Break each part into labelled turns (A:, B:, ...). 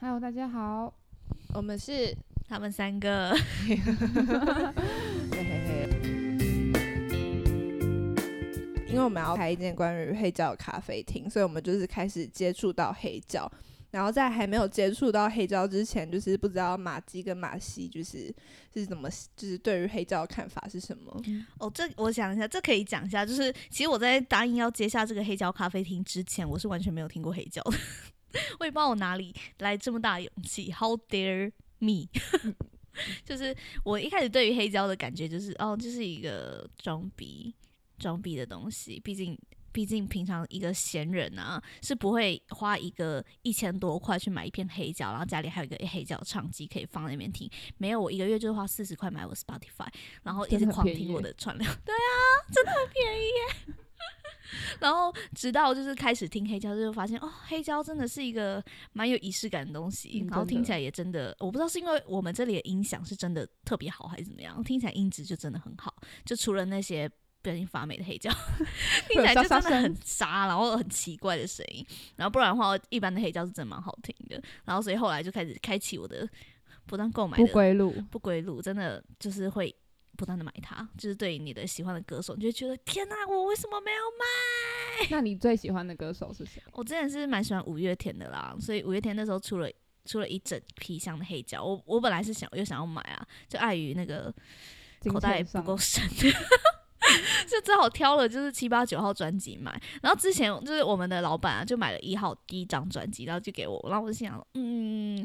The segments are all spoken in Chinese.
A: Hello，大家好，
B: 我们是
C: 他们三个
B: 嘿嘿嘿，因为我们要开一间关于黑胶的咖啡厅，所以我们就是开始接触到黑胶。然后在还没有接触到黑胶之前，就是不知道马基跟马西就是是怎么，就是对于黑胶的看法是什么。
C: 哦，这我想一下，这可以讲一下，就是其实我在答应要接下这个黑胶咖啡厅之前，我是完全没有听过黑胶的， 我也不知道我哪里来这么大的勇气，How dare me！就是我一开始对于黑胶的感觉就是，哦，这是一个装逼装逼的东西，毕竟。毕竟平常一个闲人啊，是不会花一个一千多块去买一片黑胶，然后家里还有一个黑胶唱机可以放在那边听。没有，我一个月就是花四十块买我 Spotify，然后一直
A: 真的很
C: 狂
A: 便宜
C: 听
A: 耶
C: 我的串流。 对啊，真的很便宜耶。然后直到就是开始听黑胶，就发现哦，黑胶真的是一个蛮有仪式感的东西
A: 嗯。
C: 然后
A: 真的
C: 听起来也真的，我不知道是因为我们这里的音响是真的特别好，还是怎么样，听起来音质就真的很好。就除了那些不小心发霉的黑胶， 听起来就真的很沙，然后很奇怪的声音。然后不然的话，一般的黑胶是真的蛮好听的。然后所以后来就开始开启我的不断购买
A: 不
C: 的
A: 归路。
C: 不归路，真的就是会不断的买它，就是对你的喜欢的歌手，你就会觉得天哪、我为什么没有买？
A: 那你最喜欢的歌手是谁？
C: 我之前是蛮喜欢五月天的啦，所以五月天那时候出了出了一整批箱的黑胶，我我本来是想又想要买啊，就碍于那个
A: 金
C: 口袋
A: 钱
C: 不
A: 上
C: 够深， 就只好挑了就是七八九号专辑买。然后之前就是我们的老板啊，就买了一号第一张专辑，然后就给我，然后我就心想，嗯，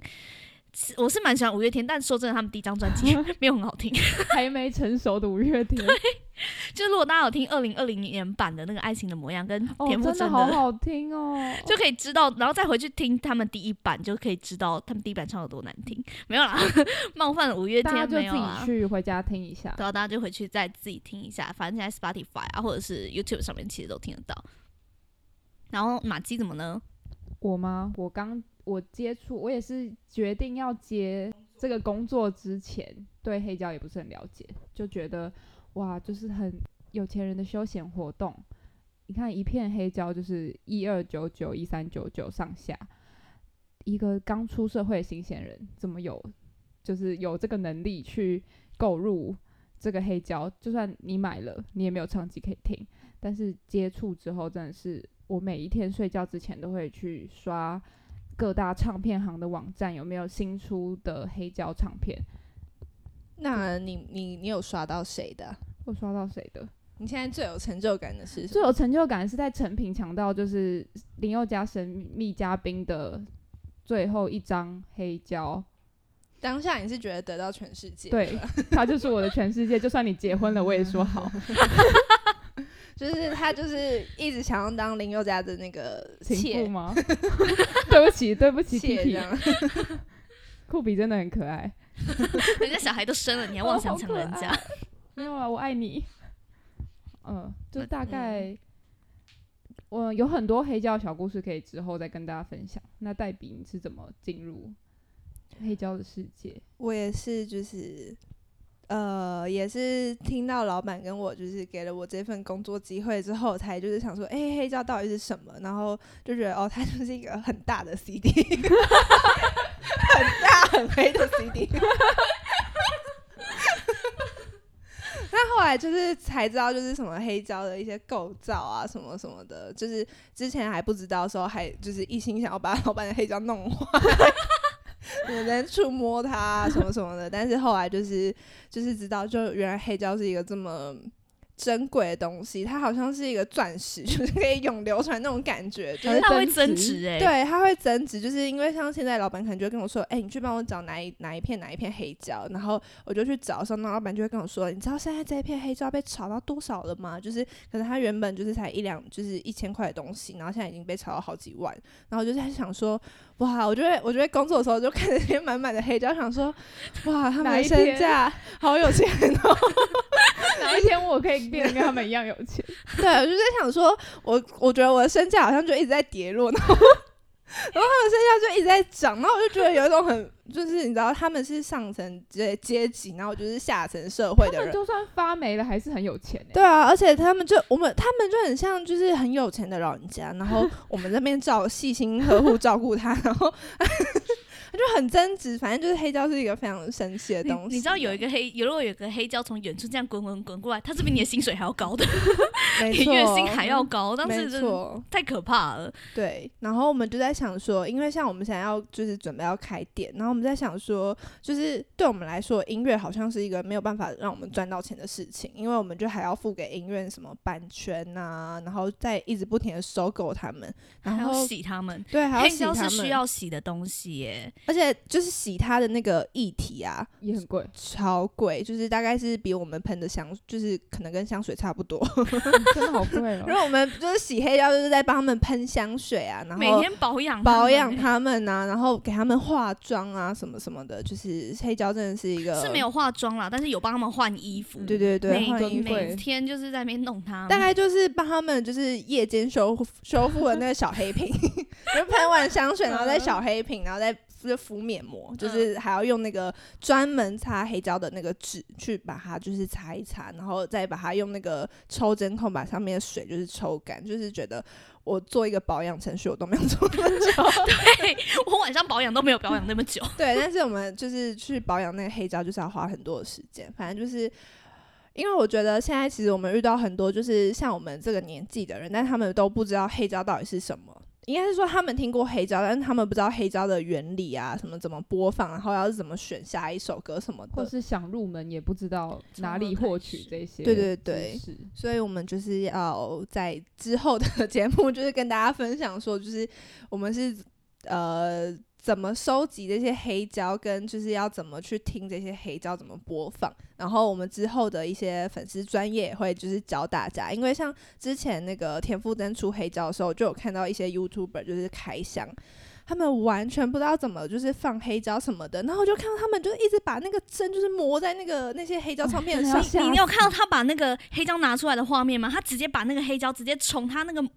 C: 是我是蛮喜欢五月天，但说真的，他们第一张专辑 没有很好听。
A: 还没成熟的五月 天，
C: 就如果大家有听二零二零年版的那个《爱情的模样》跟
A: 哦，
C: 田馥
A: 真
C: 甄
A: 的好好听哦。
C: 就可以知道，然后再回去听他们第一版，就可以知道他们第一版唱有多难听。 没有啦，冒犯了五月
A: 大家
C: 天
A: 就
C: 没有啊
A: 自
C: 啦
A: 己。去回家听一下。
C: 对啊，大家就回去再自己听一下，反正现在 Spotify 啊，或者是 YouTube 上面其实都听得到。然后马姬怎么呢？
A: 我吗？我刚我接触，我也是决定要接这个工作之前，对黑胶也不是很了解，就觉得哇，就是很有钱人的休闲活动。你看一片黑胶就是一二九九、一三九九上下，一个刚出社会的新鲜人怎么有就是有这个能力去购入这个黑胶？就算你买了，你也没有唱机可以听。但是接触之后，真的是我每一天睡觉之前都会去刷各大唱片行的网站，有没有新出的黑胶唱片？
B: 那你你你有刷到谁的啊？
A: 我刷到谁的？
B: 你现在最有成就感的是什
A: 最
B: 么？
A: 有成就感是在成品抢到就是林宥嘉神秘嘉宾的最后一张黑胶，
B: 当下你是觉得得到全世界，
A: 对，他就是我的全世界。就算你结婚了，我也说好。
B: 嗯就是他就是一直想要当林宥嘉的那个
A: 情妇
B: 妾
A: 吗？对不起，对不起，屁
B: 妾这
A: 屁，
B: 样。
A: 酷比真的很可爱。
C: 人家小孩都生了，你还妄想抢人 家？
A: 没有啊，我爱你。 嗯，就
C: 那
A: 大概，我有很多黑胶小故事可以之后再跟大家分享。那黛比你是怎么进入黑胶的世界？
B: 我也是，就是呃，也是听到老板跟我就是给了我这份工作机会之后，才就是想说，哎、黑胶到底是什么？然后就觉得哦，它就是一个很大的 CD，很大很黑的 CD。那后来就是才知道，就是什么黑胶的一些构造啊，什么什么的，就是之前还不知道的时候，还就是一心想要把老板的黑胶弄坏， 只能触摸它啊什么什么的。但是后来就是就是知道，就原来黑胶是一个这么珍贵的东西，它好像是一个钻石，就是可以永流传那种感觉，就是
A: 还
C: 它会
A: 增
C: 增
A: 值
C: 值哎、
B: 对，它会增值，就是因为像现在老板可能就会跟我说，哎、你去帮我找哪一哪一片哪一片黑胶，然后我就去找的时候，那老板就会跟我说，你知道现在这一片黑胶被炒到多少了吗？就是可能它原本就是才一两，就是一千块的东西，然后现在已经被炒到好几万，然后我就在想说，哇，我就会我就会工作的时候就看着那些满满的黑胶，想说，哇，他们
A: 哪一
B: 的
A: 天
B: 身价好有钱哦、
A: 哪一天我可以变得跟他们一样有钱？
B: 对，我就在想说，我我觉得我的身价好像就一直在跌落，然后 然后他们身价就一直在涨，然后我就觉得有一种很，就是你知道他们是上层阶阶级，然后我就是下层社会
A: 他
B: 的
A: 们
B: 人。
A: 就算发霉了，还是很有钱欸
B: 对啊，而且他们就我们他们就很像就是很有钱的老人家，然后我们这边照细心呵护照顾他，然后 他就很争执，反正就是黑胶是一个非常神奇的
C: 你
B: 东西。啊
C: 你知道有一个黑，如果有一个黑胶从远处这样滚滚滚过来，它是比你的薪水还要高的，
B: 没
C: 比
B: 错嗯
C: 月薪还要高，当
B: 没
C: 时真的
B: 错，
C: 太可怕了。
B: 对。然后我们就在想说，因为像我们想要就是准备要开店，然后我们在想说，就是对我们来说，音乐好像是一个没有办法让我们赚到钱的事情，因为我们就还要付给音乐什么版权呐、然后再一直不停的收购他们，然
C: 还要
B: 后
C: 洗他们，
B: 对还要
C: 黑
B: 洗
C: 胶
B: 他
C: 是
B: 们，
C: 需要洗的东西耶。
B: 而且就是洗它的那个液体啊，
A: 也很 贵，
B: 超贵，就是大概是比我们喷的香，就是可能跟香水差不多。
C: 哦
A: 真的好贵哦
B: 如。果我们就是洗黑胶，就是在帮他们喷香水啊，然
C: 每
B: 后
C: 天保养他 们欸
B: 保 养
C: 耶
B: 他们啊，然后给他们化妆啊，什么什么的。就是黑胶真的是一个
C: 是没有化妆啦，但是有帮他们换衣服，
B: 对对对，
C: 每
B: 换衣
A: 个
B: 服。
A: 对
C: 每天就是在那边弄他们，
B: 大概就是帮他们就是夜间修复修复的那个小黑瓶， 就喷完香 水，然后再小黑
C: 嗯
B: 瓶，然后再敷敷面膜，就是还要用那个专门擦黑胶的那个纸去把它就是擦一擦，然后再把它用那个抽真空把上面的水就是抽干，就是觉得我做一个保养程序我都没有做那么久，
C: 我晚上保养都没有保养那么久。
B: 对，但是我们就是去保养那个黑胶，就是要花很多的时间。反正就是，因为我觉得现在其实我们遇到很多就是像我们这个年纪的人，但他们都不知道黑胶到底是什么。应该是说他们听过黑胶，但是他们不知道黑胶的原理啊，什么怎么播放，然后要怎么选下一首歌什么
A: 或
B: 的。
A: 是想入门也不知道哪里
C: 从何
A: 获
C: 开
A: 取
C: 始
A: 这些，
B: 对对对，所以我们就是要在之后的节目，就是跟大家分享说，就是我们是呃怎么收集这些黑胶，跟就是要怎么去听这些黑胶怎么播放。然后我们之后的一些粉丝专业也会就是教大家，因为像之前那个田馥甄出黑胶的时候，就有看到一些 YouTuber 就是开箱。他们完全不知道怎么就是放黑 胶什么的，然后我就看到他们就一直把那个针就是磨在那个那些黑胶唱片
A: 真的
B: 上
A: 要，吓
C: 你有看到他把那个黑胶拿出来的画面吗？他直接把那个黑胶直接从他那个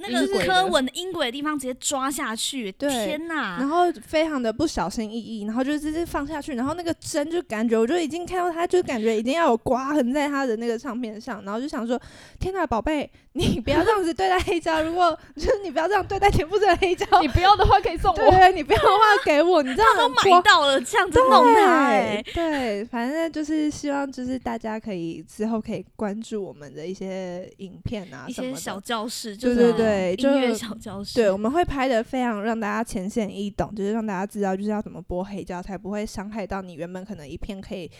C: 那
A: 音轨
C: 个
A: 的
C: 科文的音轨的地方直接抓下去，
B: 对
C: 天哪！
B: 然后非常的不小心翼翼，然后就直接放下去，然后那个针就感觉，我就已经看到它，就感觉已经要有刮痕在它的那个唱片上，然后就想说，天呐，宝贝，你不要这样子对待黑胶，如果就是你不要这样对 待田馥甄的黑胶，
A: 你不要的话可以送
B: 对
A: 我。
B: 对，你不要画给我，你这样
C: 都
B: 很
C: 买
B: 过
C: 到了，这样子弄他、哎，
B: 对对，反正就是希望就是大家可以之后可以关注我们的一些影片啊
C: 一
B: 什么
C: 些
B: 的
C: 小教室，
B: 对
C: 就是
B: 对对就
C: 音乐小教室，
B: 对，我们会拍的非常让大家浅显易懂，就是让大家知道就是要怎么播黑胶，才不会伤害到你原本可能一片可以，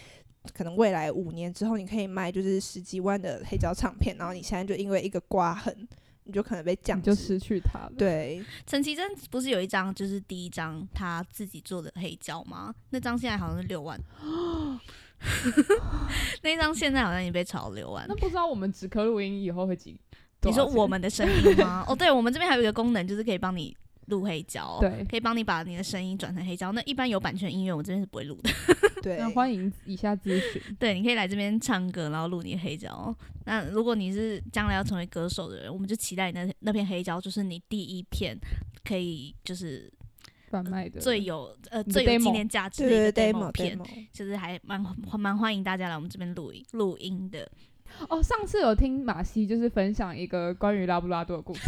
B: 可能未来五年之后你可以卖就是十几万的黑胶唱片，然后你现在就因为一个刮痕，你就可能被降
A: 你就
B: 值。
A: 失去它了。，
B: 对，
C: 陈绮贞不是有一张就是第一张她自己做的黑胶吗？那张现在好像是六万， 那张现在好像已经被炒六万
A: 那。不知道我们止咳录音以后会几？多
C: 你说
A: 少
C: 我
A: 钱
C: 们的声音吗？哦，对，我们这边还有一个功能，就是可以帮你录黑胶，
A: 对
C: 可以帮你把你的声音转成黑胶。那一般有版权音乐，我这边是不会录的。
B: 对，
A: 那欢迎以下咨询。
C: 对，你可以来这边唱歌，然后录你的黑胶。那如果你是将来要成为歌手的人，我们就期待你那那片黑胶，就是你第一片可以就是
A: 贩卖的
C: 嗯最有呃
A: 你的
C: 最有纪
A: demo
C: 念价值
B: 对
C: 的一
B: 对对
C: 个 demo 片。
B: demo，
C: 就是还蛮蛮欢迎大家来我们这边录音录音的。
A: 哦，上次有听马西就是分享一个关于拉布拉多的故事，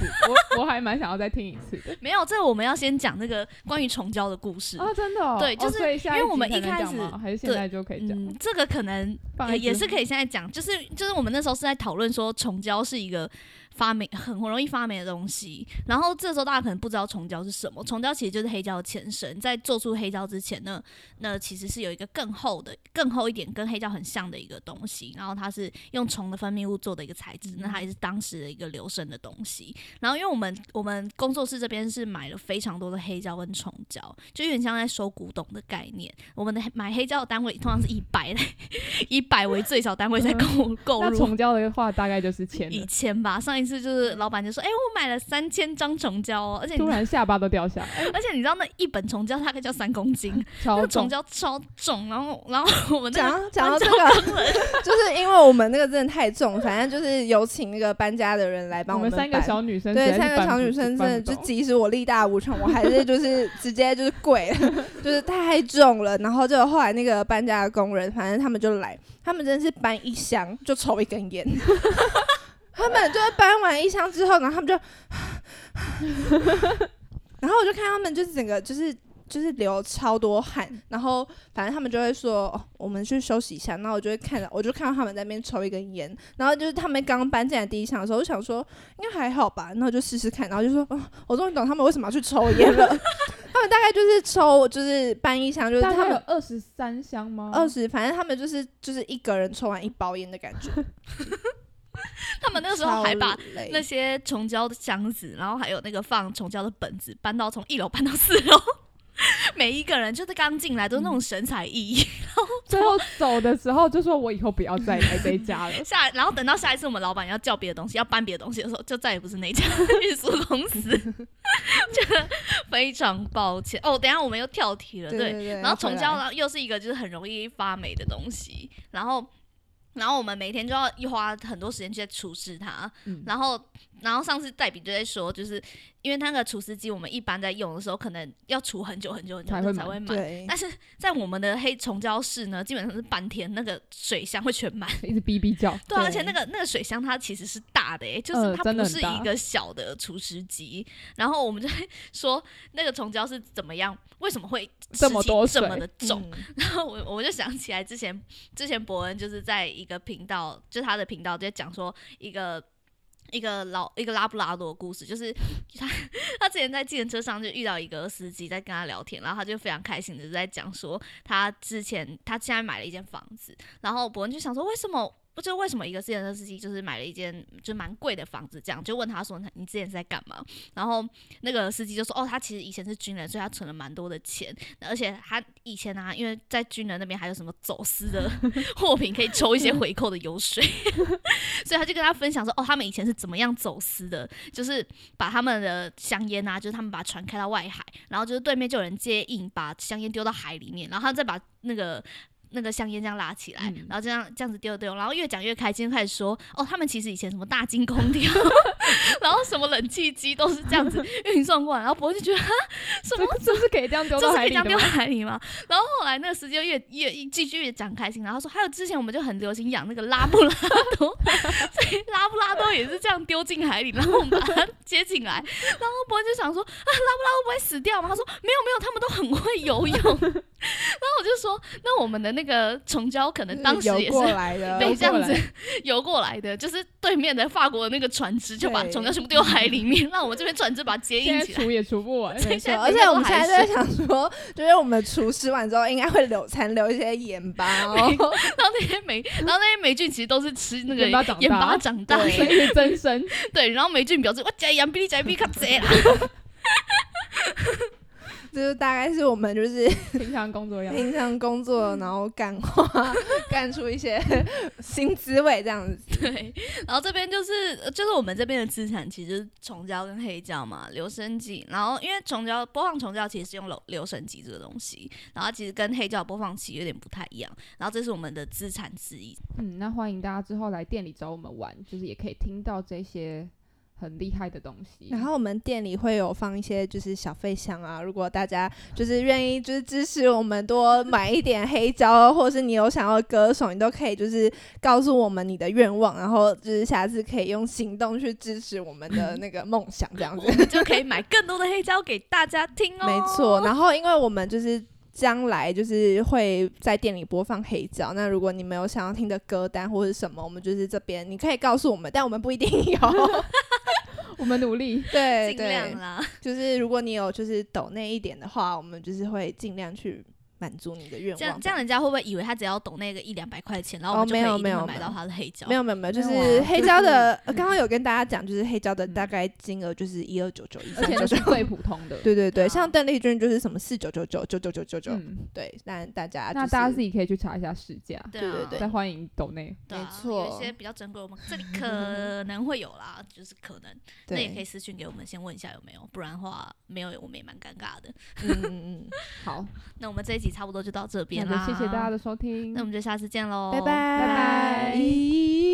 A: 我我还蛮想要再听一次的
C: 没有，这我们要先讲那个关于重交的故事。
A: 啊，真的哦，
C: 对就
A: 哦
C: 是
A: 所以下
C: 因为
A: 集
C: 我们
A: 才
C: 一
A: 能
C: 开
A: 讲
C: 始
A: 吗还是现
C: 对
A: 在就可以讲，
C: 嗯，这个可能
A: 放在
C: 也也
A: 之
C: 是
A: 后
C: 可以现在讲，就是就是我们那时候是在讨论说重交是一个发霉很容易发霉的东西，然后这时候大家可能不知道重交是什么，重交其实就是黑胶的前身，在做出黑胶之前呢，那其实是有一个更厚的、更厚一点、跟黑胶很像的一个东西，然后它是用虫的分泌物做的一个材质，那
A: 嗯
C: 它也是当时的一个流行的东西。然后因为我们我们工作室这边是买了非常多的黑胶跟虫胶，就有点像在收古董的概念。我们的黑买黑胶的单位通常是以百 来以百为最小单位在购购
A: 嗯那
C: 入。
A: 重交的话大概就是钱
C: 以
A: 了，
C: 前吧，上一次就是老板就说：“哎、我买了三千张虫胶哦，而且你
A: 突然下巴都掉下来，
C: 而且你知道那一本虫胶大概就三公斤，那
A: 超
C: 个虫
A: 重。
C: 胶超重，然后然后我们那个
B: 讲到讲到啊这个， 就是因为我们那个真的太重，反正就是有请那个搬家的人来帮
A: 我们
B: 们
A: 三个
B: 搬
A: 小女生，
B: 对，三个小女生真的就即使我力大无穷，我还是就是直接就是跪了，就是太重了。然后就后来那个搬家的工人，反正他们就来，他们真的是搬一箱就抽一根烟。 他们就是搬完一箱 之后，然后他们就，然后我就看他们就是整个就是就是流超多汗，然后反正他们就会说、哦、我们去休息一下，然后我就会看到，我就看到他们在那边抽一根烟，然后就是他们刚搬进来第一场的时候，我想说应该还好吧，然后我就试试看，然后就说、哦、我终于懂他们为什么要去抽烟了， 他们大概就是抽就是搬一箱，就是
A: 大
B: 他
A: 概有
B: 们
A: 二十三箱吗？
B: 二十，反正他们就是就是一个人抽完一包烟的感觉，
C: 他们那个时候还把
B: 超累
C: 那些虫胶的箱子，然后还有那个放虫胶的本子，搬到从一楼搬到四楼。 每一个人就是刚进来都是那种神采奕奕，
B: 嗯
A: 最后走的时候就说：“我以后不要再来这一家 了。
C: 下然后等到下一次我们老板要叫别的东西，要搬别的东西的时候，就再也不 是那家 运输公司，觉得非常抱歉。哦，等一下我们又跳题了，
B: 对对对，
C: 然后虫胶
B: 了，
C: 呢又是一个就是很容易发霉的东西，然后然后我们每天就要花很多时间去除湿它，
A: 嗯
C: 然后然后上次黛比就在说，就是因为那个除湿机我们一般在用的时候，可能要除很久很久很久
A: 才会
C: 才
A: 满
C: 会满，
B: 对，
C: 但是在我们的黑虫胶室呢，基本上是半天那个水箱会全满。
A: 一直哔哔叫，
C: 对啊，
B: 对
C: 而且那个那个水箱它其实是大的、欸，就是
A: 呃
C: 它
A: 真的
C: 不
A: 很
C: 是
A: 大
C: 一个小的除湿机。然后我们就会说那个虫胶是怎么样，为什么会
A: 这么
C: 湿气
A: 多
C: 这
A: 水
C: 么的重？
B: 嗯
C: 然后我我就想起来之前之前伯恩就是在一个频道，就是他的频道在讲说一个。一个老一个拉布拉多的故事，就是 他他之前在计程车上就遇到一个司机在跟他聊天，然后他就非常开心的在讲说他之前他现在买了一间房子，然后伯恩就想说为什么不知道为什么一个计程车司机就是买了一间就蛮贵的房子，这样就问他说你之前是在干嘛？然后那个司机就说哦，他其实以前是军人，所以他存了蛮多的钱，而且他以前啊，因为在军人那边还有什么走私的 货品可以抽一些回扣的油水， 所以他就跟他分享说，哦，他们以前是怎么样走私的，就是把他们的香烟啊，就是他们把船开到外海，然后就是对面就有人接应，把香烟丢到海里面，然后他再把那个。那个香烟这样拉起来，
A: 嗯
C: 然后这样这样子丢丢，然后越讲越开心，开始说哦，他们其实以前什么大金空调， 然后什么冷气机都是这样子运送过来，然后伯恩就觉得哈，什么
A: 这 这是可以这样丢
C: 就
A: 到
C: 是
A: 海
C: 可以
A: 里
C: 这样
A: 的
C: 丢
A: 吗？
C: 海里吗？ 然后后来那个时间越越一继续越讲开心，然后说还有之前我们就很流行养那个拉布拉多， 所以拉布拉多也是这样丢进海里，然后我们把它接进来，然后伯恩就想说啊拉布拉多不会死掉吗？他说没有没有，他们都很会游泳。然后我就说那我们的那个虫胶可能当
B: 嗯
C: 时
B: 游
C: 也
B: 过
C: 是。
B: 来的，
C: 被
A: 游
C: 这样
A: 过
C: 子游过来的，就是对面的法国的那个船只就把
B: 对
C: 虫胶全部丢海里面，让我们这边船只把它接
A: 现
C: 应
A: 在
C: 起来。
A: 除也除不完。
B: 没 错，
C: 现在
B: 啊而
C: 冰
B: 且
C: 箱
B: 我们
C: 都
B: 现在
C: 还
B: 就在想说， 就是我们厨师完之后，应该会留残留一些盐 巴哦。
C: 然后那些霉，然后那些霉菌其实都是吃那个
A: 盐巴长大
C: 盐巴长大，
A: 所以是增生，
C: 对，然后霉菌表示我加羊逼加逼卡贼啦，
B: 这就大概是我们就是
A: 平常工作样子。
B: 平常工作，然后干话， 干出一些 新滋味这样子。
C: 对，然后这边就是呃就是我们这边的资产其实就是虫胶跟黑胶嘛，留声机，然后因为虫胶播放虫胶其实是用留留声机这个东西，然后它其实跟黑胶播放器有点不太一样，然后这是我们的资产之一，
A: 嗯，那欢迎大家之后来店里找我们玩，就是也可以听到这些很厉害的东西。
B: 然后我们店里会有放一些就是小费箱啊，如果大家就是愿意就是支持我们多买一点黑胶，啊或者是你有想要的歌手，你都可以就是告诉我们你的愿望，然后就是下次可以用行动去支持我们的那个梦想这样子
C: 我。们就可以买更多的黑胶给大家听哦。
B: 哦没错，然后因为我们就是将来就是会在店里播放黑胶，那如果你们有想要听的歌单或者什么，我们就是这边你可以告诉我们，但我们不一定有。
A: 我们努 力，
B: 对
C: 尽量
B: 对，
C: 啦，
B: 就是如果你有就是抖那一点的话，我们就是会尽量去满足你的愿望。
C: 这样这样人家会不会以为他只要懂那个一两百块钱，然后我
B: 哦
C: 们就可以
B: 没有
C: 一
B: 没
C: 定
B: 有
C: 会买
B: 没
C: 到
B: 有
C: 他的黑胶？
B: 没有没有没有，就
A: 没有
B: 是
A: 啊
B: 黑胶 的，
A: 就是
B: 呃刚刚有跟大家讲，就是黑胶的
A: 嗯
B: 大概金额就是一二九九一
A: 而
B: 三
A: 且
B: 九
A: 那
B: 九
A: 是，最普通的。
B: 对对
C: 对啊
B: 对，像邓丽君就是什么四九九九九九九九九，
A: 嗯，
B: 对，但大家
A: 那
B: 啊就是
A: 大家自己可以去查一下市价，
C: 对
B: 对
C: 啊
B: 对对
A: 再欢迎抖内。
C: 对啊
B: 没错
C: 有一些比较珍贵，我们这里可能会有啦，就是可能，那也
B: 对
C: 可以私讯给我们，先问一下有没有，不然的话没有，我们也蛮尴尬的。
B: 嗯嗯嗯。
A: 好，
C: 那我们这一集差不多就到这
A: 那
C: 边
A: 就
C: 啦，
A: 谢谢大家，的收听
C: 那我。们就下次见喽，
B: 拜拜
A: 拜拜
B: 咦